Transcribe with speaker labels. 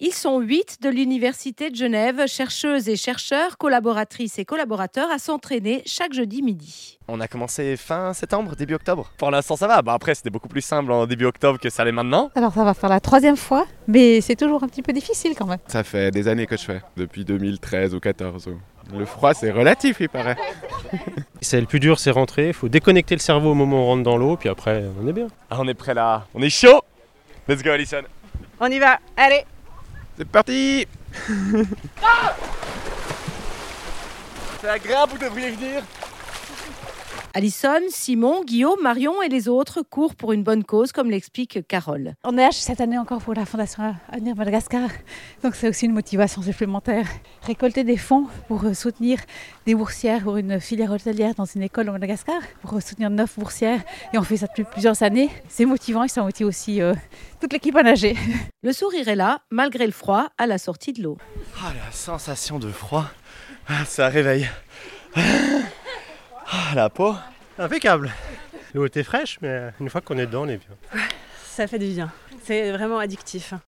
Speaker 1: Ils sont huit de l'Université de Genève, chercheuses et chercheurs, collaboratrices et collaborateurs, à s'entraîner chaque jeudi midi.
Speaker 2: On a commencé fin septembre, début octobre. Pour l'instant, ça va. Bah, après, c'était beaucoup plus simple en début octobre que ça l'est maintenant.
Speaker 3: Alors ça va faire la troisième fois, mais c'est toujours un petit peu difficile quand même.
Speaker 4: Ça fait des années que je fais, depuis 2013 ou 2014. Le froid, c'est relatif, il paraît.
Speaker 5: C'est le plus dur, c'est rentrer. Il faut déconnecter le cerveau au moment où on rentre dans l'eau, puis après, on est bien.
Speaker 2: Ah, on est prêt là. On est chaud. Let's go, Alison.
Speaker 6: On y va, allez
Speaker 4: C'est parti
Speaker 2: C'est la grimpe où devriez venir.
Speaker 1: Alison, Simon, Guillaume, Marion et les autres courent pour une bonne cause, comme l'explique Carole.
Speaker 3: On nage cette année encore pour la Fondation Avenir Madagascar, donc c'est aussi une motivation supplémentaire. Récolter des fonds pour euh, soutenir des boursières pour une filière hôtelière dans une école au Madagascar, pour euh, soutenir neuf boursières, et on fait ça depuis plusieurs années. C'est motivant et ça motive aussi euh, toute l'équipe à nager.
Speaker 1: Le sourire est là, malgré le froid, à la sortie de l'eau.
Speaker 2: Ah, la sensation de froid. Ah, ça réveille. Ah, la peau.
Speaker 5: Impeccable. L'eau était fraîche, mais une fois qu'on est dedans, on est bien.
Speaker 6: Ça fait du bien, c'est vraiment addictif.